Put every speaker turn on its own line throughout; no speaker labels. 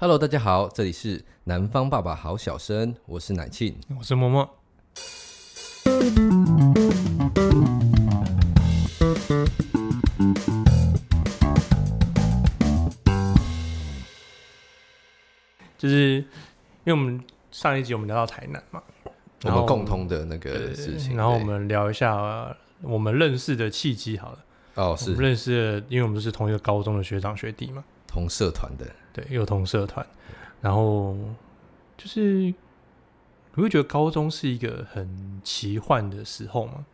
Hello，大家好，这里是南方爸爸好小生，我是奶庆。
我是嬷嬷。就是因为我们上一集我们聊到台南嘛，
我
然后
们共通的那个事情，
然后我
对
们聊一下、呃我们认识的契机好了。
哦
我们
是
认识的，因为我们都是同一个高中的学长学弟嘛，
同社团的，
对，幼童社团。然后就是，你会觉得高中是一个很奇幻的时候 吗？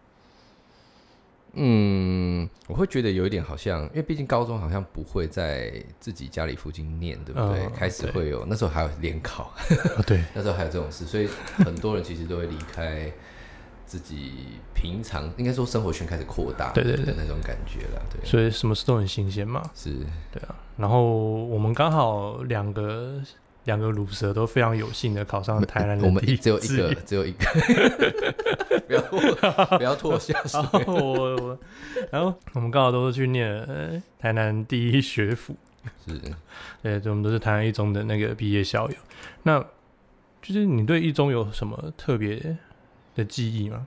嗯，我会觉得有一点好像，因为毕竟高中好像不会在自己家里附近念，对不对？
嗯
开始
对
会有那时候还有联考，
对，
那时候还有这种事，所以很多人其实都会离开自己平常应该说生活圈开始扩大，
对对对
那种感觉啦，对，
所以什么事都很新鲜嘛。
是
然后我们刚好两个两个乳蛇都非常有幸的考上台南的
我们
第
一只有一
志愿
个，只有一个， 不要拖，不要拖下水
然。后我我，然后我们刚好都是去念呃台南第一学府，
是，
对，我们都是台南一中的那个毕业校友。那就是你对一中有什么特别的记忆吗？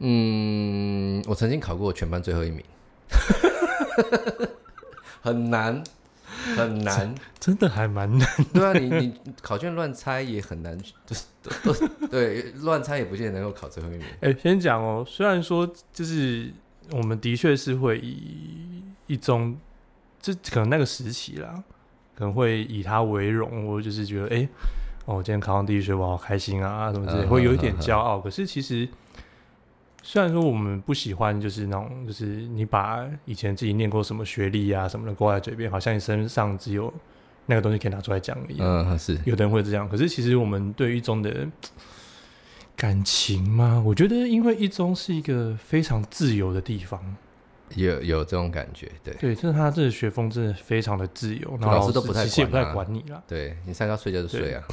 嗯，我曾经考过全班最后一名，很难，很难。
真的还蛮难，
对啊，你你考卷乱猜也很难，就是都都对乱猜也不见得能够考最后一名。
哎、先讲哦，虽然说就是我们的确是会以一中，这可能那个时期啦，可能会以它为荣，我就是觉得哎、哦，我今天考上第一学，我好开心啊，什么之类，
嗯
会有一
嗯
点
嗯
骄傲。可是其实虽然说我们不喜欢，就是那种，就是你把以前自己念过什么学历啊什么的挂在嘴边，好像你身上只有那个东西可以拿出来讲啊一样。
嗯，是
有的人会这样，可是其实我们对一中的感情嘛，我觉得因为一中是一个非常自由的地方，
有有这种感觉，对
对，就是他这个学风真的非常的自由，然后
老师都不太
其实也不
管啊
太管你啦。
对，你上课睡觉就睡啊，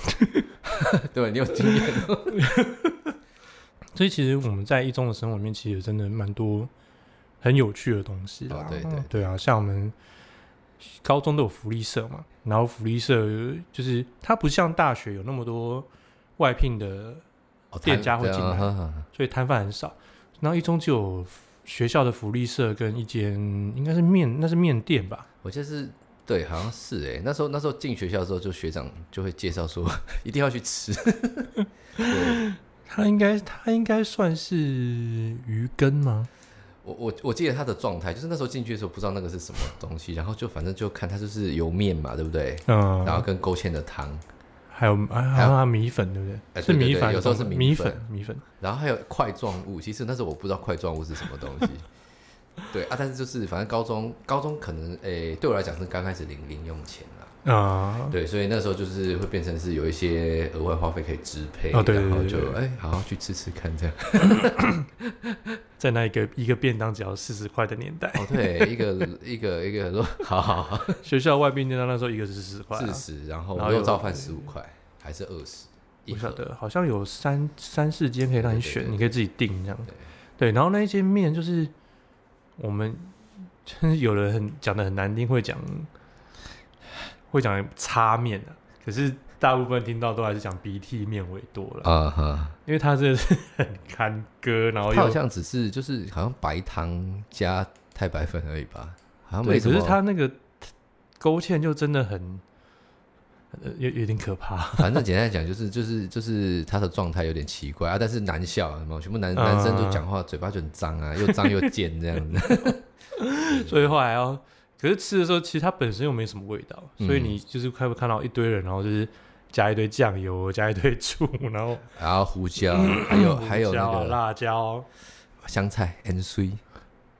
对，你有经验哦，
所以其实我们在一中的生活里面，其实真的蛮多很有趣的东西啦。
哦对对
啊，像我们高中都有福利社嘛，然后福利社就是它不像大学有那么多外聘的
哦
店家会进
对
来
啊哈哈
所以摊贩很少。然后一中就有学校的福利社跟一间应该是面，那是面店吧？
我就是对，好像是哎、那时候那时候进学校的时候，就学长就会介绍说 一定要去吃。 对，
它应该它应该算是鱼羹吗？
我我我记得他的状态，就是那时候进去的时候不知道那个是什么东西，然后就反正就看他就是油面嘛，对不对？
嗯，
然后跟勾芡的汤，
还有啊还有它米粉对不对？
哎对
是
对
米
对
粉，
有时候是米
米
粉嗯
粉米粉。
然后还有块状物。其实那时候我不知道块状物是什么东西。对啊，但是就是反正高中高中可能诶、对我来讲是刚开始领零用钱啦。
啊、
对，所以那时候就是会变成是有一些额外花费可以支配，
哦对对
然后
对
就
对
哎、好好去吃吃看这样。
在那一个一个便当只要四十块的年 代，
哦，对，一个一个一个说，好好 好，
学校外面便当那时候一个是四十块啊、
四十，然后
然后
肉
有嗯
燥饭十五块，还是二十，一
不晓
盒，
得，好像有三三四间可以让你
对
选，
对对
你可以自己定这样。对，然后那一间面就是我们，就是有人很讲的很难听，会讲会讲擦面的、可是大部分听到都还是讲鼻涕面为多了，
啊哈，
因为它真的是很干戈，然后
它
又
好像只是就是好像白汤加太白粉而已吧，好像没
对，
什
可
么。
是它那个勾芡就真的很。呃有有点可怕，
反正简单来讲就是就是就是他的状态有点奇怪啊，但是男校啊，什么全部男
啊
男生都讲话嘴巴就很脏啊，又脏又贱这样 子。
所以后来哦，可是吃的时候其实它本身又没什么味道，所以
嗯
你就是看会看到一堆人，然后就是加一堆酱油，加一堆醋，然 后
然后胡椒，还有还有
胡椒
那
啊
个
辣椒，
香菜 N C，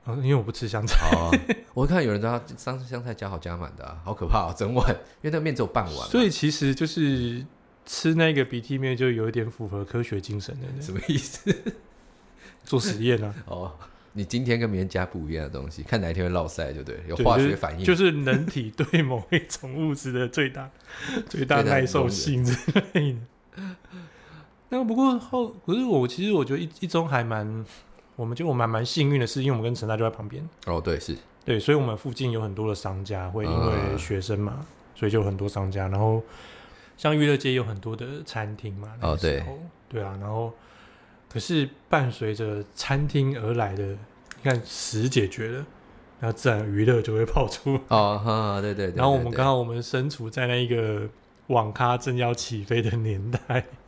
嗯，因为我不吃香菜，
好啊，我看有人说他香香菜加好加满的、啊，好可怕、哦，整碗，因为那个面只有半碗嘛，啊
所以其实就是吃那个鼻涕面就有一点符合科学精神的，
什么意思？
做实验啊，
哦，你今天跟别人加不一样的东西，看哪一天会落塞，对不对？有
对
化
就
学
是
反应，
就是人体对某一种物质的最 大最大耐受性之类的。那个不过后，可是我其实我觉得一一中还蛮，我们就我蛮蛮幸运的是，因为我们跟成大就在旁边，
哦，对，是
对，所以我们附近有很多的商家会因
嗯
为学生嘛，所以就有很多商家。然后像娱乐街有很多的餐厅嘛，那
哦
个时
对
候，对啊，然后可是伴随着餐厅而来的，你看食解决了，那自然娱乐就会跑出来。
哦，哈，对对对对
然后我们
对
刚好我们身处在那一个网咖正要起飞的年代，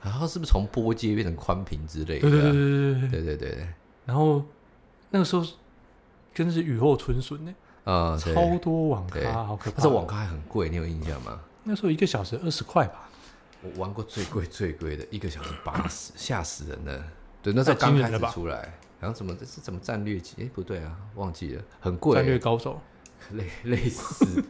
然后是不是从波街变成宽屏之类的
对
啊？
对对对对对。
对对对对，
然后那个时候真的是雨后春笋呢、
啊，对
超多网
对
咖，好可怕。
那时候网咖还很贵，你有印象吗？
那时候一个小时二十块吧，
我玩过最贵最贵的一个小时八十，吓死人了。对，那时候刚
太惊
开
人了
始
吧
出来，然后怎么这是怎么战略级？哎、不对啊，忘记了，很贵、
战略高手，
类类似。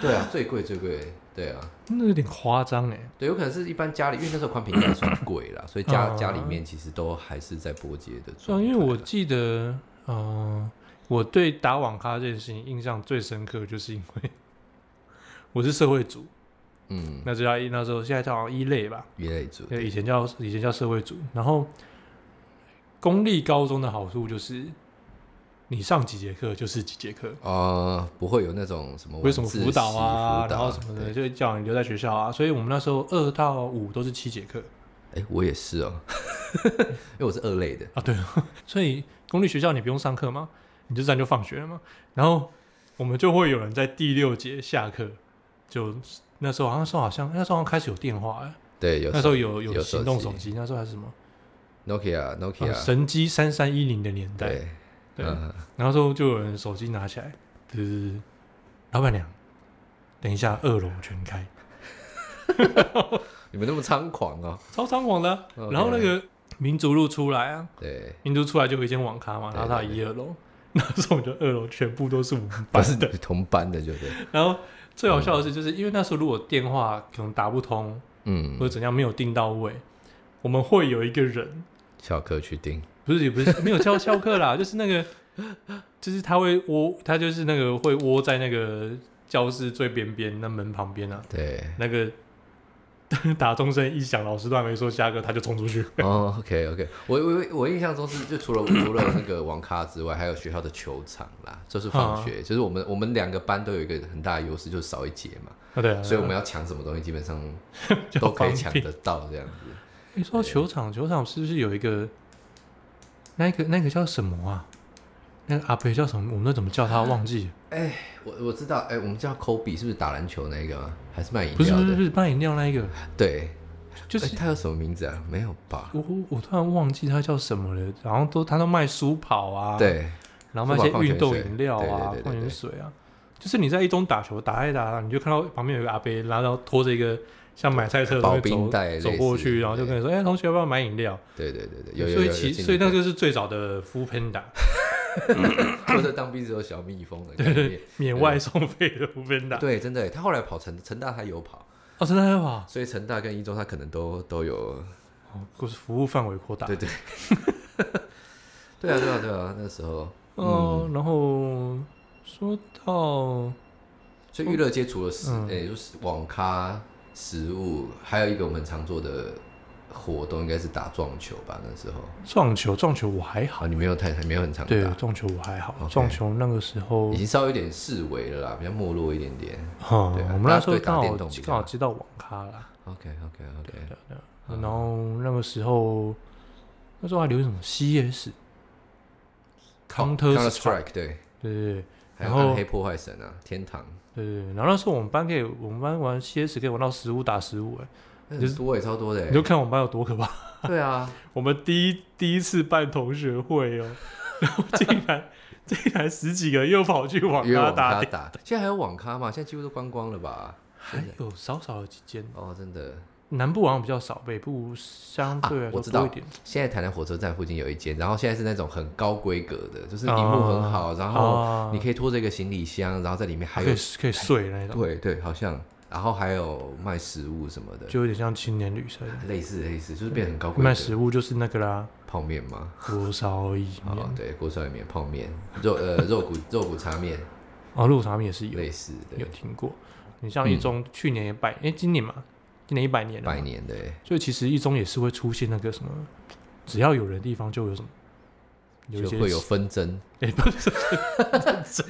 对啊，最贵最贵，对啊，
那有点夸张哎。
对，有可能是一般家里，因为那时候宽屏应该算贵啦，所以家、
啊
家里面其实都还是在波接的
对啊，
状态啦。
因为我记得，呃，我对打网咖这件事情印象最深刻，就是因为 我是社会组，
嗯，
那就要那时候现在叫好像一类吧，
一类组
对，以前叫以前叫社会组。然后公立高中的好处就是，你上几节课就是几节课，
啊，不会有那种什么
为什么
晚自习
辅导啊，
辅导
然后什么的，
对
就会叫你留在学校啊。所以我们那时候二到五都是七节课
哎、我也是哦， 因为我是二类的，
啊，对，所以公立学校你不用上课嘛，你就自然就放学了嘛。然后我们就会有人在第六节下课，就那时候好像说好像那时候好像开始有电话了，
对，有
那时候有有
有手
行动
机
手机，那时候还是什么、
Nokia
啊
Nokia，、
神机三三一零的年代，
对，
对
嗯
然后之后就有人手机拿起来，就是老板娘，等一下二楼全开，
你们那么猖狂哦，
超猖狂的啊、
OK
然后那个民族路出来啊，
对，
民族出来就有一间网咖嘛，然后它有一二楼， 那时候我们就二楼全部都是我们
不
班
是
的。
同班的，就对，
然后最好笑的是，就是因为那时候如果电话可能打不通或
嗯嗯
者，怎样没有订到位，我们会有一个人，
翘课去订，
不是也不是没有翘翘课啦， 就是那个，就是他会窝，他就是那个会窝在那个教室最边边那门旁边啊，
对，
那个 打钟声一响，老师都还没说下课，他就冲出去。
哦，OK OK，我我我印象中是就除了 除了那个网咖之外，还有学校的球场啦，就是
啊
放学，就是我们我们两个班都有一个很大的优势，就是少一节嘛，
啊， 对啊，
所以我们
要
要抢什么东西，基本 上都可以抢得到这样子。
你说到球场，球场是不是有一个那个那个叫什么啊？那个阿伯叫什么？我们都怎么叫他？忘记了
我我知道，哎、我们叫 Kobe 是不是打篮球那个吗？还是卖饮
不是
料
不是
的
不？是卖饮料那一个，
对，
就是、
哎他有什么名字啊？没有吧？
我我我突然忘记他叫什么了。然后都他都卖书跑啊，，
对，
然后卖一
书跑矿
些
泉
运动
水
饮料啊
对对对对对、
矿泉水啊。就是你在一中打球，打一打，你就看到旁边有个阿伯，然后拖着一个像买菜车的
保
东西
冰
走
袋类似
走过去，然后就跟你说：“哎、同学要不要买饮料
对对对对，？”有有有
所以
有
其
进
所以
入
那就是最早的 f o o Panda
或者当兵只有小蜜蜂的概念。
免外送费的 f o o Panda。
嗯对，真的耶，他后来跑成成大，他有跑，
哦，真的还有啊！
所以成大跟一中他可能都都有。
哦，故事服务范围扩大。
对 对。对啊，对啊，对啊，那时候，嗯
哦，然后说到
所以娱乐街除了食，
嗯
诶、就是网咖、食物，还有一个我们常做的活动应该是打撞球吧？那时候，
撞球，撞球我还好。
好，你没有太没有很常
对，
打，
撞球我还好。
OK
撞球那个时候
已，经稍微有点视为了啦，比较没落一点点。
哈、
对啊
我们那时
大家
候
对打
刚好
电动比较
刚好接到网咖啦。
OK OK OK，
对对
嗯
然后那个时候，那时候还流行什么 CS、
哦
Counter
Counter
Strike，
Strike 对，
对对对
还有
然后
暗黑破坏神啊，天堂，
对对。然后那时候我们班可以，我们班玩 CS 可以玩到十五打十五，哎，
那
就是
很多也超多的
你就
耶，
看我们班有多可怕。
对啊，
我们第一第一次办同学会哦， 然后竟然 竟然十几个又跑去网
约
咖
网
打
咖
点，
打，现在还有网咖嘛？现在几乎都关光了吧？
还哎有少少的几间，
哦，真的，
南部好像比较少，北部相对来
啊我
说
知道
多一点。
现在台南火车站附近有一间，然后现在是那种很高规格的，就是荧幕很好，然后
啊
你可以拖着一个行李箱，然后在里面还
可
有
以可以睡那种，
对对，好像，然后还有卖食物什么的，
啊就有点像青年旅社。
类似类似，就是变得很高规
卖
格。
食物就是那个啦，
泡面吗？
锅烧意
哦
面，
对，锅烧面、泡面、肉呃 肉骨肉骨茶面，
哦，肉肠面也是有
类似
有
对，嗯
听过。你像一中去年也百，哎，今年嘛，今年一百年了嘛
百，年的耶
所以其实一中也是会出现那个什么，只要有人的地方就有什么，有一
就
些
会有纷争，
哎、不是，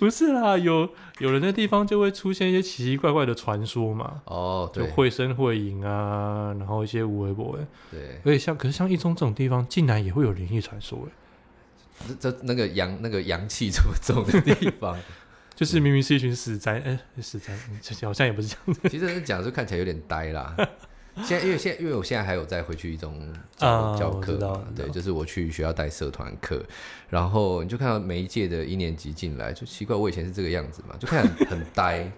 不是啦，有有人的地方就会出现一些奇奇怪怪的传说嘛，
哦，
就
对
绘声绘影啊，然后一些无微博哎，
对，
而且像可是像一中这种地方，竟然也会有灵异传说哎，
这这那个阳那个阳气这么重的地 方，嗯
就是明明是一群死宅，哎、死宅，嗯这好像也不是这样
其实讲就看起来有点呆啦。现在因为现在因为我现在还有在回去一中教、
啊
教
我
课
知道
嘛
我，知
对，
道
就是我去学校带社团课，然后你就看到每一届的一年级进来，就奇怪我以前是这个样子嘛，就看起来很 很呆，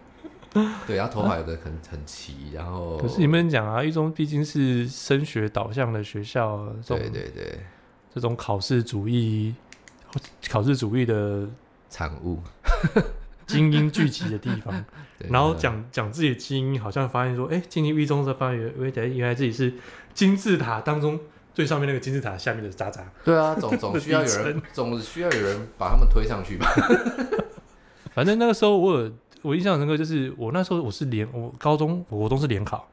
对，然后头发有的很很齐，然后
可是你们讲啊，一中毕竟是升学导向的学校，这种
对对对
这种考试主义、考试主义的
产物，
精英聚集的地 方，
对
然后讲讲自己的精英，好像发现说，哎，进入一中这发现原原来原来自己是金字塔当中最上面那个金字塔下面的渣渣，
对啊，总总需要有 人，总需要有人把他们推上去吧。
反正那个时候我有我印象深刻，就是我那时候我是联，我高中我国中是联考，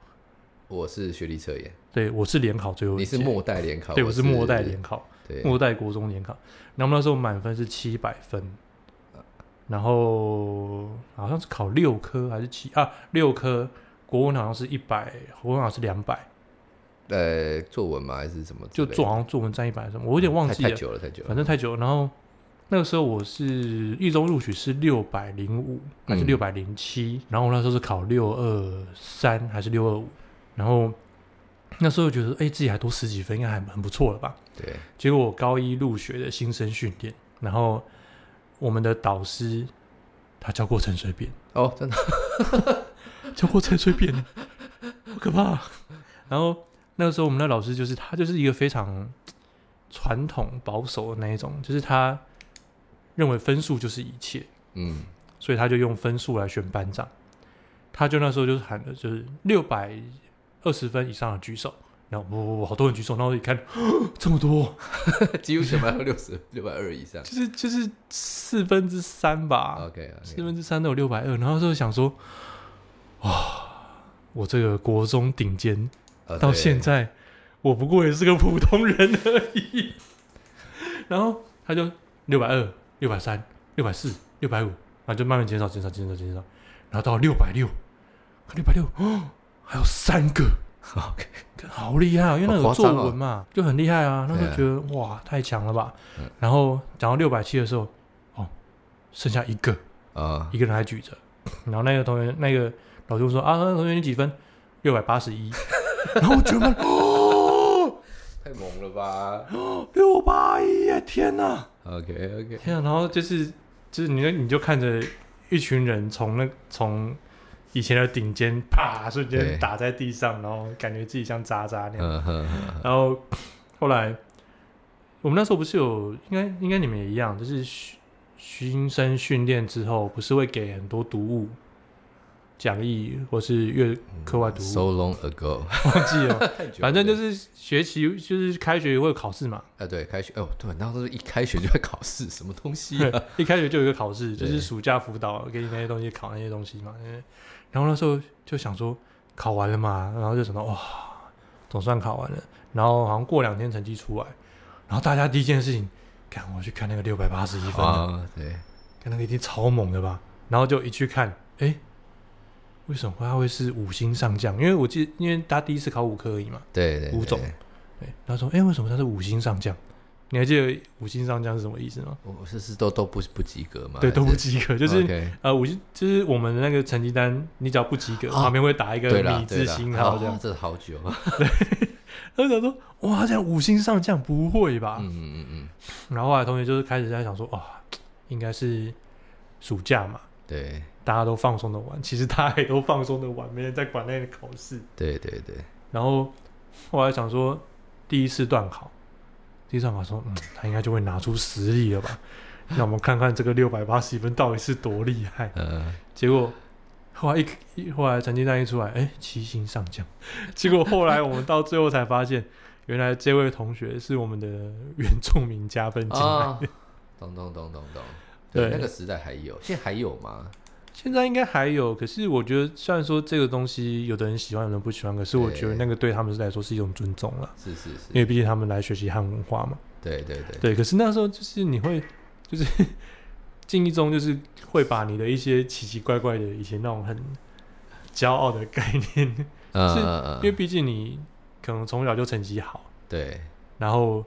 我是学历测验，
对我是联考最后一
你是
届
末代联考，
对我是末代联考，
对，
末代国中联考，然后我们那时候满分是七百分，然后好像是考六科还是七啊六科，国文好像是一百，国文好像是两百，
呃，作文吗还是什么之
就
类的？
做好像作文占一百什么，我有点忘记
太
了
太，久了，太久了
反。正太久了。然后那个时候我是一中录取是六百零五还是
嗯
六百零七，然后我那时候是考六二三还是六二五，然后那时候觉得哎、自己还多十几分，应该还很不错了吧。
对，
结果我高一入学的新生训练，然后我们的导师他教过陈水扁，
哦，真的，
教过陈水扁，好可怕啊、然后那个时候我们的老师就是他就是一个非常传统保守的那一种，就是他认为分数就是一切，
嗯，
所以他就用分数来选班长。他就那时候就是喊的就是六百二十分以上的举手，然后我我好多人举手，然后一看 这么多，
几乎全班都六十六百二以 上。
就是就是四分之三吧，
OK，
四分之三都有六百二，然后就想说，哇，我这个国中顶尖
哦啊
到现
在
在，我不过也是个普通人而已。然后他就六百二、六百三、六百四、六百五，然后就慢慢减少、减少、减少、减少，然后到六百六，六百六，哦还有三个，
OK，
好厉害啊！因为那
好
个
夸
作
张哦
文嘛，就很厉害啊。那时候觉得、哇，太强了吧。
嗯
然后讲到六百七的时候，哦，剩下一个，
啊，
一个人还举着。然后那个同学，那个老师就说啊，那个同学你几分？六百八十一。 然后我全班哦，
太猛了吧
六八一耶！天哪，
？OK OK，
天啊哪！然后就是就是你就你就看着一群人从那从以前的顶尖啪瞬
对
间打在地上，然后感觉自己像渣渣那样。
嗯哼哼，哼
然后后来我们那时候不是有，应该应该你们也一样，就是新新生训练之后，不是会给很多读物奖励或是阅课外
嗯
读
，So
物，
long ago，
忘记了，
太久了
反 正就是是学期就是开学会有考试嘛，
啊，对，开学哦，对，那时候一开学就在考试，什么东 西啊？
一开学就有一个考试，就
对
是暑假辅导给你那些东西考那些东西嘛，嗯然后那时候就想说考完了嘛，然后就想到哇，总算考完了，然后好像过两天成绩出来，然后大家第一件事情，看我去看那个六百八十一分的，
啊，对，
看那个一定超猛的吧？然后就一去看，哎、为什么他会是五星上将？因为我记得，因为他第一次考五科而已嘛。
对对，对
五种对，他说，哎、为什么他是五星上将？你还记得五星上将是什么意思吗？
我我是是都都不不及格嘛？
对，都不
还
及格，就是、
OK，
呃，五星就是我们的那个成绩单，你只要不及格，
啊
旁边会打一个
对啦
米
对
字
啦
星
啊
号这样。
这好久啊，
他就想说，哇，他这样五星上将不会吧？
嗯嗯嗯嗯，
然后后来同学就是开始在想说，哇，应该是暑假嘛，
对
大家都放松的玩，其实大家也都放松的玩，没人在管那个考试。
对对对，
然后后来想说，第一次段考，第一次段考说，嗯，他应该就会拿出实力了吧？那我们看看这个六百八十一分到底是多厉害。
嗯，
结果后来一一后来成绩单一出来，哎，七星上将。结果后来我们到最后才发现，原来这位同学是我们的原住民加分进来。
啊，懂懂懂懂懂，对，
对
那个时代还有，现在还有吗？
现在应该还有，可是我觉得虽然说这个东西有的人喜欢，有的人不喜欢，可是我觉得
对
那个对他们来说是一种尊重了，
是是
因为
是，
毕竟他们来学习汉文化嘛。
对对对，
对，可是那时候就是你会，就是，进一中就是会把你的一些奇奇怪怪的以前那种很骄傲的概念，
嗯
是
嗯
因为
嗯，
毕竟你可能从小就成绩好，
对
然后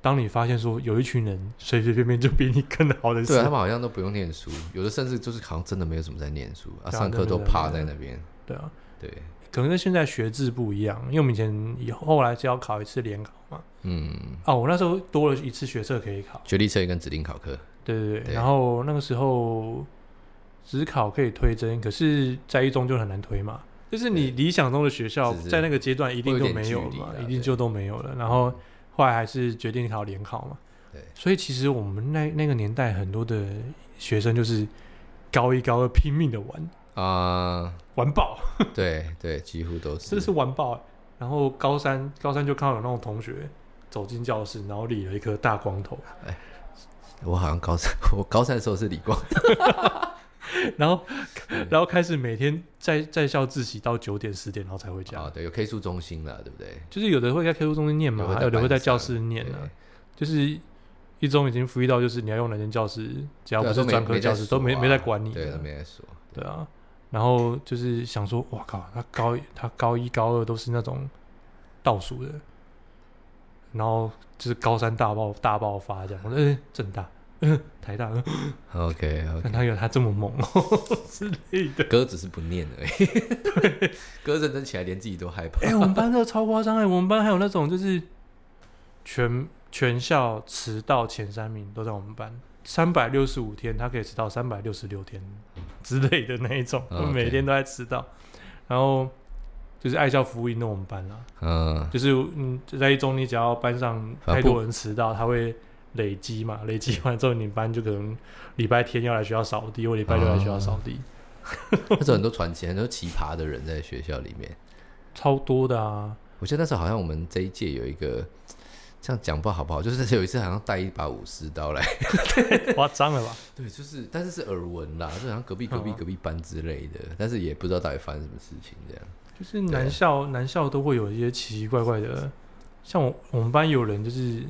当你发现说有一群人随随便便就比你更好的时
对啊，他
候，
们好像都不用念书，有的甚至就是好像真的没有什么在念书啊，
对啊
上课
对
都
对
趴
对
在那边，
对啊，
对，
可能跟现在学制不一样，因为我们以前以后后来是要考一次联考嘛，
嗯，
哦，我那时候多了一次学测可以考，
学历测验跟指定考科，
对对对，
对
然后那个时候只考可以推甄，可是在一中就很难推嘛。就是你理想中的学校，
是是
在那个阶段一定
会有
就
点
没有了
距离
嘛
啦，
一
对
定就都没有了。然后后来还是决定考联考嘛。
对
所以其实我们那那个年代很多的学生就是高一高二拼命的玩
啊、
玩爆，
对对，几乎都
真的
是，
是玩爆欸、然后高三高三就看到有那种同学走进教室，然后理了一颗大光头，
我好像高三， 我高三的时候是理光，
然后然后开始每天在在校自习到九点十点，然后才回家。
啊，对，有 K 数中心了，对不对？
就是有的会在 K 书中心念嘛，还有的会在教室念
对
啊。就是一中已经福利到，就是你要用哪间教室，只要
对
不
啊
是
都没
专科
没在
教室，都没
说啊
没在管你。
对，他没在说，
对啊。然后就是想说，哇靠，他高一他高一高二都是那种倒数的，然后就是高三大爆大爆发这样。我说，嗯、正大，嗯、台大，嗯
OK OK，
看他有他这么猛、哦、 之类的。
歌只是不念而 已，歌认真起来连自己都害怕
哎、我们班这个超夸张哎，我们班还有那种就是全全校迟到前三名都在我们班，三百六十五天他可以迟到三百六十六天之类的那一种，
哦，OK
每天都在迟到，然后就是爱校服务营的我们班啊，
嗯，
就是嗯，就在一中你只要班上
反
太
正
多人迟到，他会。累积嘛，累积完之后，你们班就可能礼拜天要来学校扫地，或礼拜六来学校扫地，
哦那时候很多传奇，很多奇葩的人在学校里面。
超多的啊！
我记得那时候好像我们这一届有一个，这样讲不好不好，就是有一次好像带一把武士刀来，
夸张了吧？
对，就是但是是耳闻啦，就好像隔壁隔壁
嗯
隔壁班之类的，但是也不知道到底发生什么事情这样。
就是
对啊
男校男校都会有一些奇奇怪怪的，像我我们班有人就是，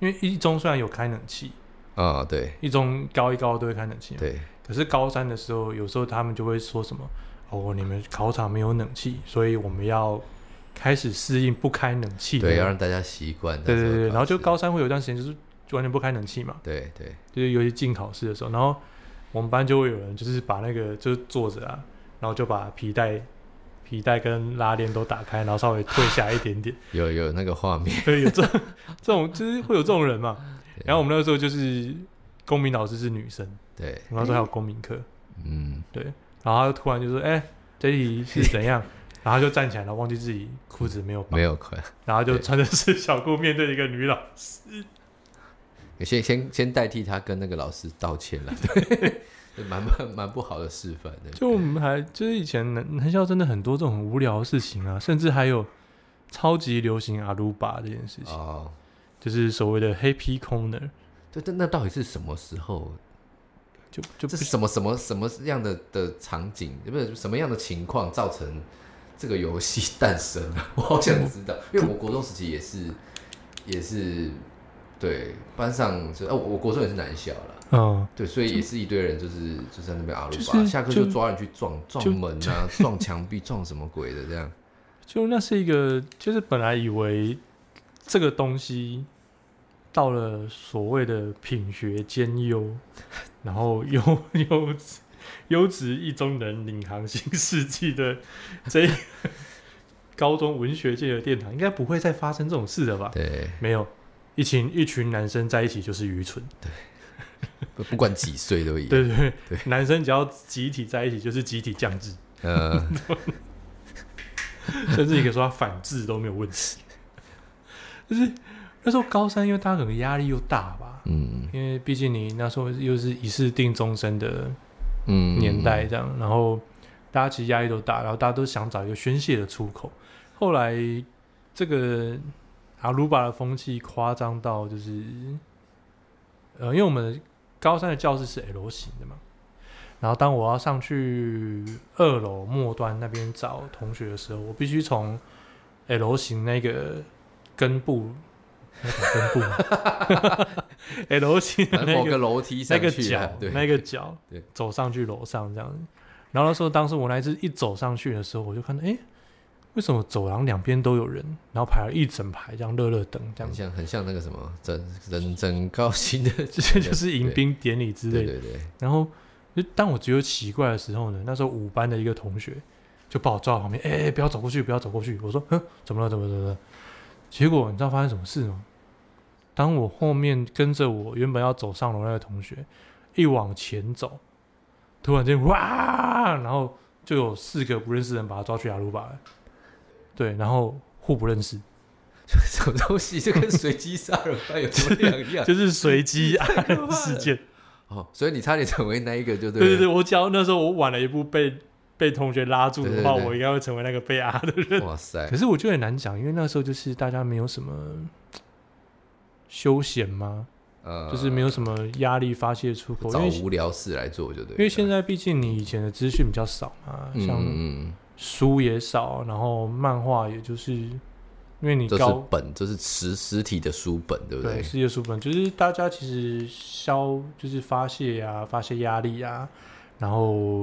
因为一中虽然有开冷气，
啊、对
一中高一高二都会开冷气嘛，
对，
可是高三的时候，有时候他们就会说什么哦，你们考场没有冷气，所以我们要开始适应不开冷气的，
对，要让大家习惯。
对对对，然后就高
高，
三会有一段时间就是就完全不开冷气嘛，
对对，
就是尤其进考试的时候，然后我们班就会有人就是把那个就是坐着啊，然后就把皮带、皮带跟拉链都打开，然后稍微退下一点点，
有有那个画面，
所以有这这种就是会有这种人嘛。
对
然后我们那个时候就是公民老师是女生，
对，
我们那时候还有公民课，
嗯，
然后她突然就说：“哎、这里是怎样？” 然后她就站起来，然后忘记自己裤子没有绑
没，有快，
然后就
对
穿着是小裤面对一个女老师，
先先先代替他跟那个老师道歉了， 对，这蛮蛮蛮不好的示范的。
就我们还就是以前男男校真的很多这种很无聊的事情啊，甚至还有超级流行阿鲁巴这件事情，
哦，
就是所谓的 Happy Corner，
对，但那到底是什么时候
就就
这是什么什么什么样的的场景，不是什么样的情况造成这个游戏 诞生了？我好想知道，因为我国中时期也是也是对班上就哦，我我国中也是男校啦，
嗯，
对，所以也是一堆人就是就在那边阿鲁巴，
就是
下课
就
就抓人去撞撞门啊，撞墙壁，撞什么鬼的这 样。
就那是一个就是本来以为这个东西到了所谓的品学兼优，然后优 优质优质一中人领航新世纪的这一个高中文学界的殿堂，应该不会再发生这种事了吧？
对，
没有，一群一群男生在一起就是愚蠢，
不不管几岁都一样。
对对对，男生只要集体在一起就是集体降智，
呃，
甚至你可以说他反智都没有问题。 就是那时候高三，因为大家可能压力又大吧，
嗯
因为毕竟你那时候又是一试定终身的
嗯，
年代这样，然后大家其实压力都大，然后大家都想找一个宣泄的出口。后来这个阿鲁巴的风气夸张到就是，呃，因为我们高三的教室是 L 型的嘛，然后当我要上去二楼末端那边找同学的时候，我必须从 L 型那个根部那种分布吗 ？L 型的
反正
那
某
个
个楼梯
那
上
个
去啊
脚，，
对，
那个脚
对，
走上去楼上这样子。然后那时候，当时我那一次一走上去的时候，我就看到，哎、为什么走廊两边都有人？然后排了一整排这样热热灯这样
很
子，
像很像那个什么整整整高兴的，
这就是迎宾典礼之类的
对。对对，
然后就当我觉得奇怪的时候呢，那时候五班的一个同学就把我抓到旁边，哎、哎不要走过去，不要走过去。我说，哼，怎么了？怎么了？怎么了？结果你知道发生什么事吗？当我后面跟着我原本要走上楼那个同学一往前走，突然间哇，然后就有四个不认识的人把他抓去阿鲁巴了，对，然后互不认识，
什么东西就跟随机杀人犯有什么两样？
就是随机阿
可怕
人事
了
件。
哦，所以你差点成为那一个，就对
对对
了
对，我只要那时候我晚了一步被被同学拉住的话，
对对对
我应该会成为那个被压的人。
哇塞
可，是我觉得很难讲，因为那时候就是大家没有什么休闲嘛，
呃，
就是没有什么压力发泄出口，因
找
为
无聊事来做，就对了。
因为现在毕竟你以前的资讯比较少嘛，
嗯
像
嗯
书也少，然后漫画也就是因为你
嗯，这是
高
本，这是实实体的书本，对不
对世界书本，就是大家其实消就是发泄啊，发泄压力啊，然后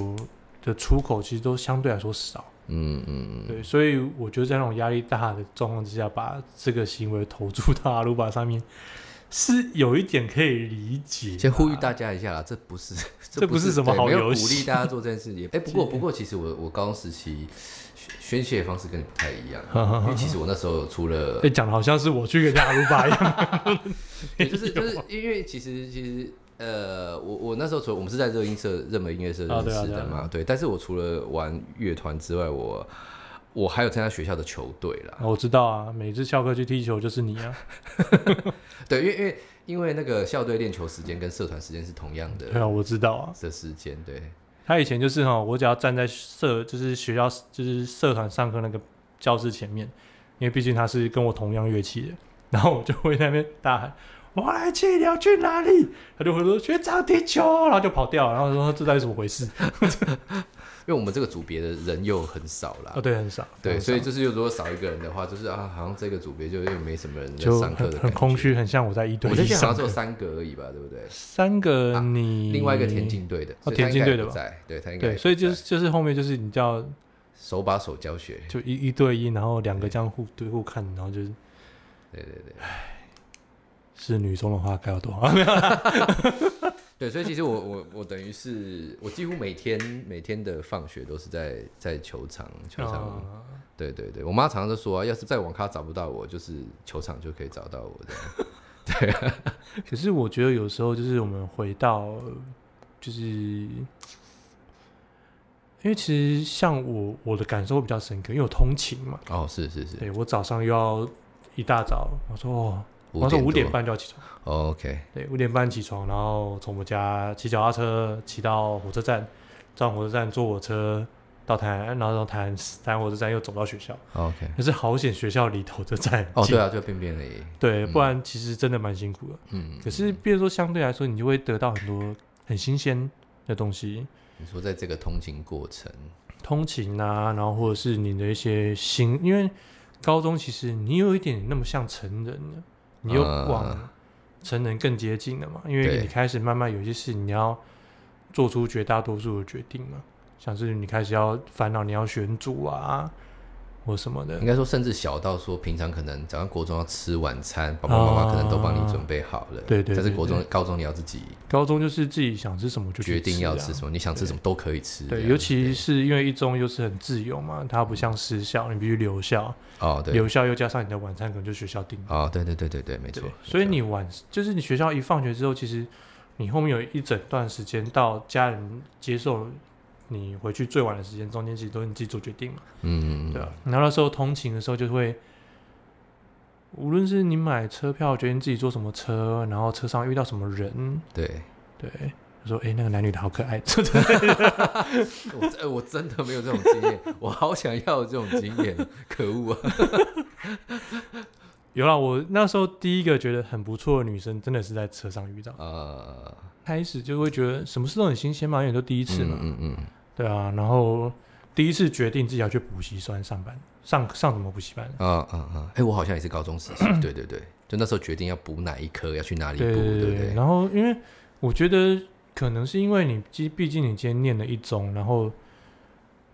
的出口其实都相对来说少。
嗯嗯嗯，
对，所以我觉得在那种压力大的状况之下，把这个行为投注到阿鲁巴上面，是有一点可以理解。
先呼吁大，家一下啦，这不是
这不是什么
对
好
没有
游戏
鼓励大家做这件事情。哎，不过不过，其实我我高中时期宣宣泄的方式跟你不太一样，因为其实我那时候除了
哎、讲的好像是我去人家阿鲁巴一样。
对，就是就是
啊
因为其实其实呃，我我那时候除了我们是在热音社热门音乐社认
啊对啊
识
对啊
的
对
嘛，对。但是我除了玩乐团之外，我我还有参加学校的球队啦。
我知道啊，每次翘课去踢球就是你啊，
对，因为因为因为那个校队练球时间跟社团时间是同样
对
的
啊，我知道啊。
的时间，对
他以前就是哈，我只要站在社，就是学校，就是社团上课那个教室前面，因为毕竟他是跟我同样乐器的，然后我就会在那边大喊：“我来气你要去哪里？”他就会说：“学长踢球。”然后就跑掉，然后说：“这到底怎么回事
因为我们这个组别的人又很少？”啦。
啊，对，很傻，
对，
很傻
所以就是，如果少一个人的话，就是啊，好像这个组别就又没什么人在
就
上课
很
的
很
感
空
觉。
虚，很像我在一对
我
一
这届好
上
像只有
课。
三个而已吧，对不对？
三个
啊
你，哦
另外一个田径队的，所以
田
他应
径
该
队
也
的
不
吧
在，对他应该也
对，
不
所以就
在
是就是后面就是你叫
手把手教学，
就一一对一，然后两个这样互对互看，然后就是
对对对
是女中的话该有多好。没有
对，所以其实我我我等于是我几乎每天每天的放学都是在在球场球 场，
啊
对对对，我妈常常就说啊，要是在网咖找不到我，就是球场就可以找到我的。
可是我觉得有时候就是我们回到，呃就是因为其实像我我的感受比较深刻，因为我通勤嘛，
哦，是是是，
对我早上又要一大早，我说哦，
五
我说五点
多、
半就要起床，
哦、，OK，
对，五点半起床，然后从我家骑脚踏车骑到火车站，到火车站坐火车到台南，然后到台南台南火车站又走到学校，
哦 OK，
可是好险学校离火车站
哦，
近
对，啊，就变变而已，
对，
嗯
不然其实真的蛮辛苦的。
嗯。
可是，比如说相对来说，你就会得到很多很新鲜的东西，
你说在这个通勤过程，
通勤啊，然后或者是你的一些新，因为高中其实你有一点那么像成人了，你又
啊
往成人更接近了嘛，因为
对
你开始慢慢有一些事你要做出绝大多数的决定嘛，像是你开始要烦恼你要选组啊或什么的
应，该说甚至小到说平常可能早上国中要吃晚餐，爸爸妈妈可能都帮你准备好了，
哦对对对
但是国中
对、
高中你要自己
高中就是自己想吃什么就去
决定要吃
啊
什么，你想吃什么都可以吃。这
对，
样
尤其是因为一中又是很自由嘛，它不像私校，你必须留校，
哦，对，
留校又加上你的晚餐可能就学校订的，
哦，对对对对对，没错
对。，所以
没错
你晚就是你学校一放学之后，其实你后面有一整段时间到家人接受你回去最晚的时间，中间其实都是你自己做决定嘛，
嗯，
对吧、啊然后那时候通勤的时候就会。无论是你买车票，决定自己坐什么车，然后车上遇到什么人，
对，
对，就说哎、诶那个男女的好可爱，
我真呃我真的没有这种经验，我好想要有这种经验，可恶啊！
有啦，我那时候第一个觉得很不错的女生，真的是在车上遇到。
呃，
开始就会觉得什么事都很新鲜嘛，因为都第一次嘛，
嗯嗯嗯，
对啊。然后第一次决定自己要去补习班上班，上上什么补习班？
啊啊啊！哎，我好像也是高中时期，对对对，就那时候决定要补哪一科，要去哪里补，
对
对不对？
然后因为我觉得可能是因为你，毕毕竟你今天念了一中，然后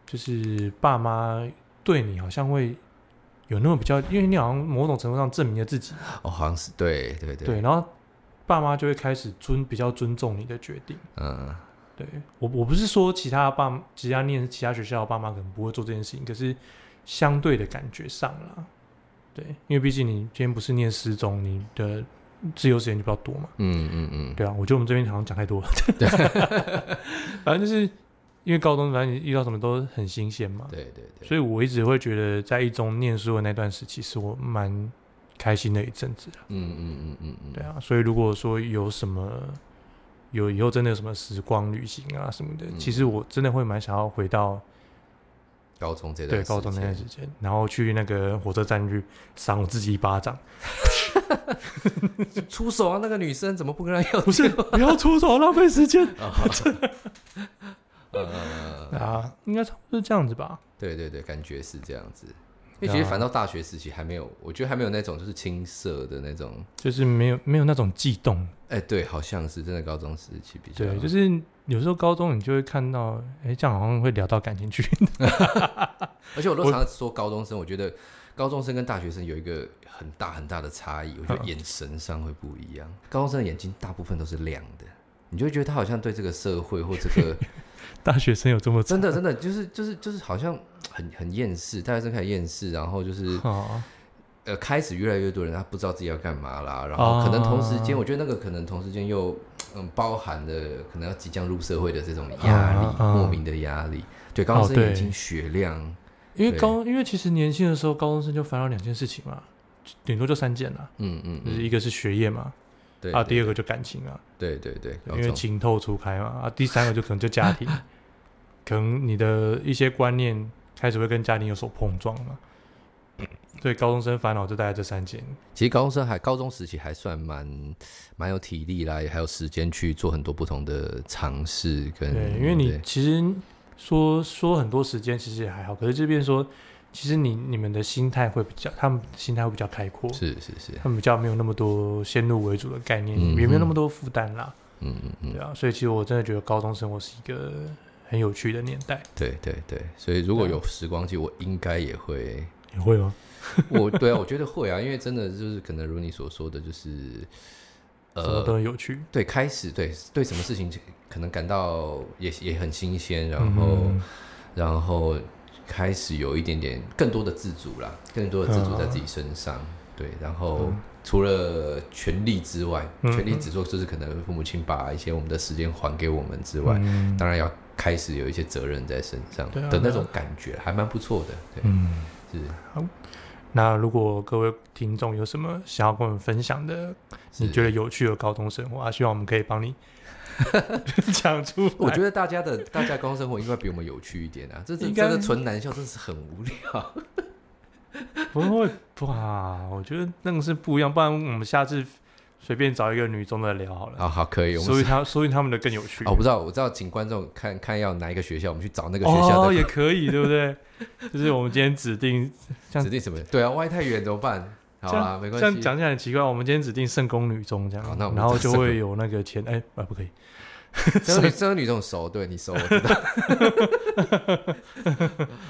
就是爸妈对你好像会有那么比较，因为你好像某种程度上证明了自己，
哦，好像是对对对，
对，然后爸妈就会开始尊比较尊重你的决定。
嗯，
对我我不是说其他爸其他念其他学校的爸妈可能不会做这件事情，可是相对的感觉上啦，对，因为毕竟你今天不是念师中，你的自由时间就比较多嘛。
嗯嗯嗯，
对啊，我觉得我们这边好像讲太多了。 反正就是因为高中，反正你遇到什么都很新鲜嘛，
对对对，
所以我一直会觉得在一中念书的那段时期是我蛮开心的一阵子啦
嗯嗯嗯嗯嗯，
对啊，所以如果说有什么有以后真的有什么时光旅行啊什么的，
嗯
其实我真的会蛮想要回到
高中这段
对高中那
时
段
间
时间，然后去那个火车站去赏我自己一巴 掌，
出手啊，那个女生怎么不跟她要？哦
不是不要出手浪费时间
呃，
啊，应该差不多是这样子吧。
对对对，感觉是这样子。因为其实反倒大学时期还没有，我觉得还没有那种就是青涩的那种，
就是没有没有那种悸动，
哎、对，好像是真的啊高中时期比较，
对，就是有时候高中你就会看到，哎、这样好像会聊到感情去，
而且我都
我
常常说高中生，我觉得高中生跟大学生有一个很大很大的差异，我觉得
嗯
眼神上会不一样。高中生的眼睛大部分都是亮的，你就会觉得他好像对这个社会或这 个
大学生有这么
真的真的就是就是就是好像很很厌世，大学生开始厌世，然后就是
哦，
呃开始越来越多人他不知道自己要干嘛啦，然后可能同时间，我觉得那个可能同时间又嗯包含了可能要即将入社会的这种压力，
啊啊
莫名的压力。对，高中
哦
生
对
眼睛雪亮，
因为
对
高，因为其实年轻的时候，高中生就烦恼两件事情嘛，顶多就三件啦，
嗯嗯
就是
嗯，
一个是学业嘛，
对
啊，第二个就感情啊，
对对对，高
因为
中
情窦初开嘛，啊，第三个就可能就家 庭，可能你的一些观念开始会跟家庭有所碰撞嘛，所以高中生烦恼就大概这三件，
其实高中生还高中时期还算蛮蛮有体力啦，也还有时间去做很多不同的尝试跟。
对，因为你
对
其实说说很多时间其实也还好，可是这边说，其实你你们的心态会比较，他们心态会比较开阔，
是是是，
他们比较没有那么多先入为主的概念，
嗯
也没有那
嗯
么多负担啦，
嗯嗯嗯
对，啊，所以其实我真的觉得高中生活是一个很有趣的年代，
对对对，所以如果
对啊
有时光机，我应该也会，
你会吗？
我对啊，我觉得会啊，因为真的就是可能如你所说的，就是呃
什么都很有趣，
对开始对对什么事情可能感到也也很新鲜，然
嗯
后、然后开始有一点点更多的自主啦，更多的自主在自己身上。对，然后
嗯
除了权利之外，
嗯
权利只做就是可能父母亲把一些我们的时间还给我们之外，
嗯
当然要开始有一些责任在身上
对啊
的那种感觉，还蛮不错的。对，
嗯。
是
那如果各位听众有什么想要跟我们分享的，你
是
觉得有趣的高中生活啊，希望我们可以 帮你讲出来。
我觉得大家的大家高中生活应该比我们有趣一点啊，这这
应该
真的纯男校真是很无聊。
不会吧？我觉得那个是不一样，不然我们下次随便找一个女中的聊 好了。
啊，好，可以，我们
所以他，所以他们的更有趣。
哦，我不知道，我知道，请观众看看要哪一个学校，我们去找那个学校
哦，
的
也可以，对 不对？就是我们今天指定，这样
指定什么？对啊，歪太远怎么办？好
这
啦，
样
没
这
关
样
系。
讲起来很奇怪。我们今天指定圣宫女中这
好
样，
那我们
然后
找
就
圣
会
公
有那个钱，哎，啊，不可以，
这个女这个女生熟，对你熟，我 知道。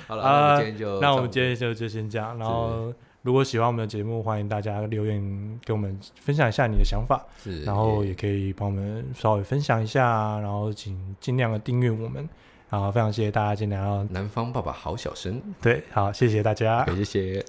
好了，那我们今天就
啊那我们今天就就先这样。然后，如果喜欢我们的节目，欢迎大家留言给我们分享一下你的想法，
是，
然后
也
也可以帮我们稍微分享一下，然后请尽量的订阅我们。好，非常谢谢大家今天来到，啊
南方爸爸好小声，
对，好，谢谢大家。
谢谢。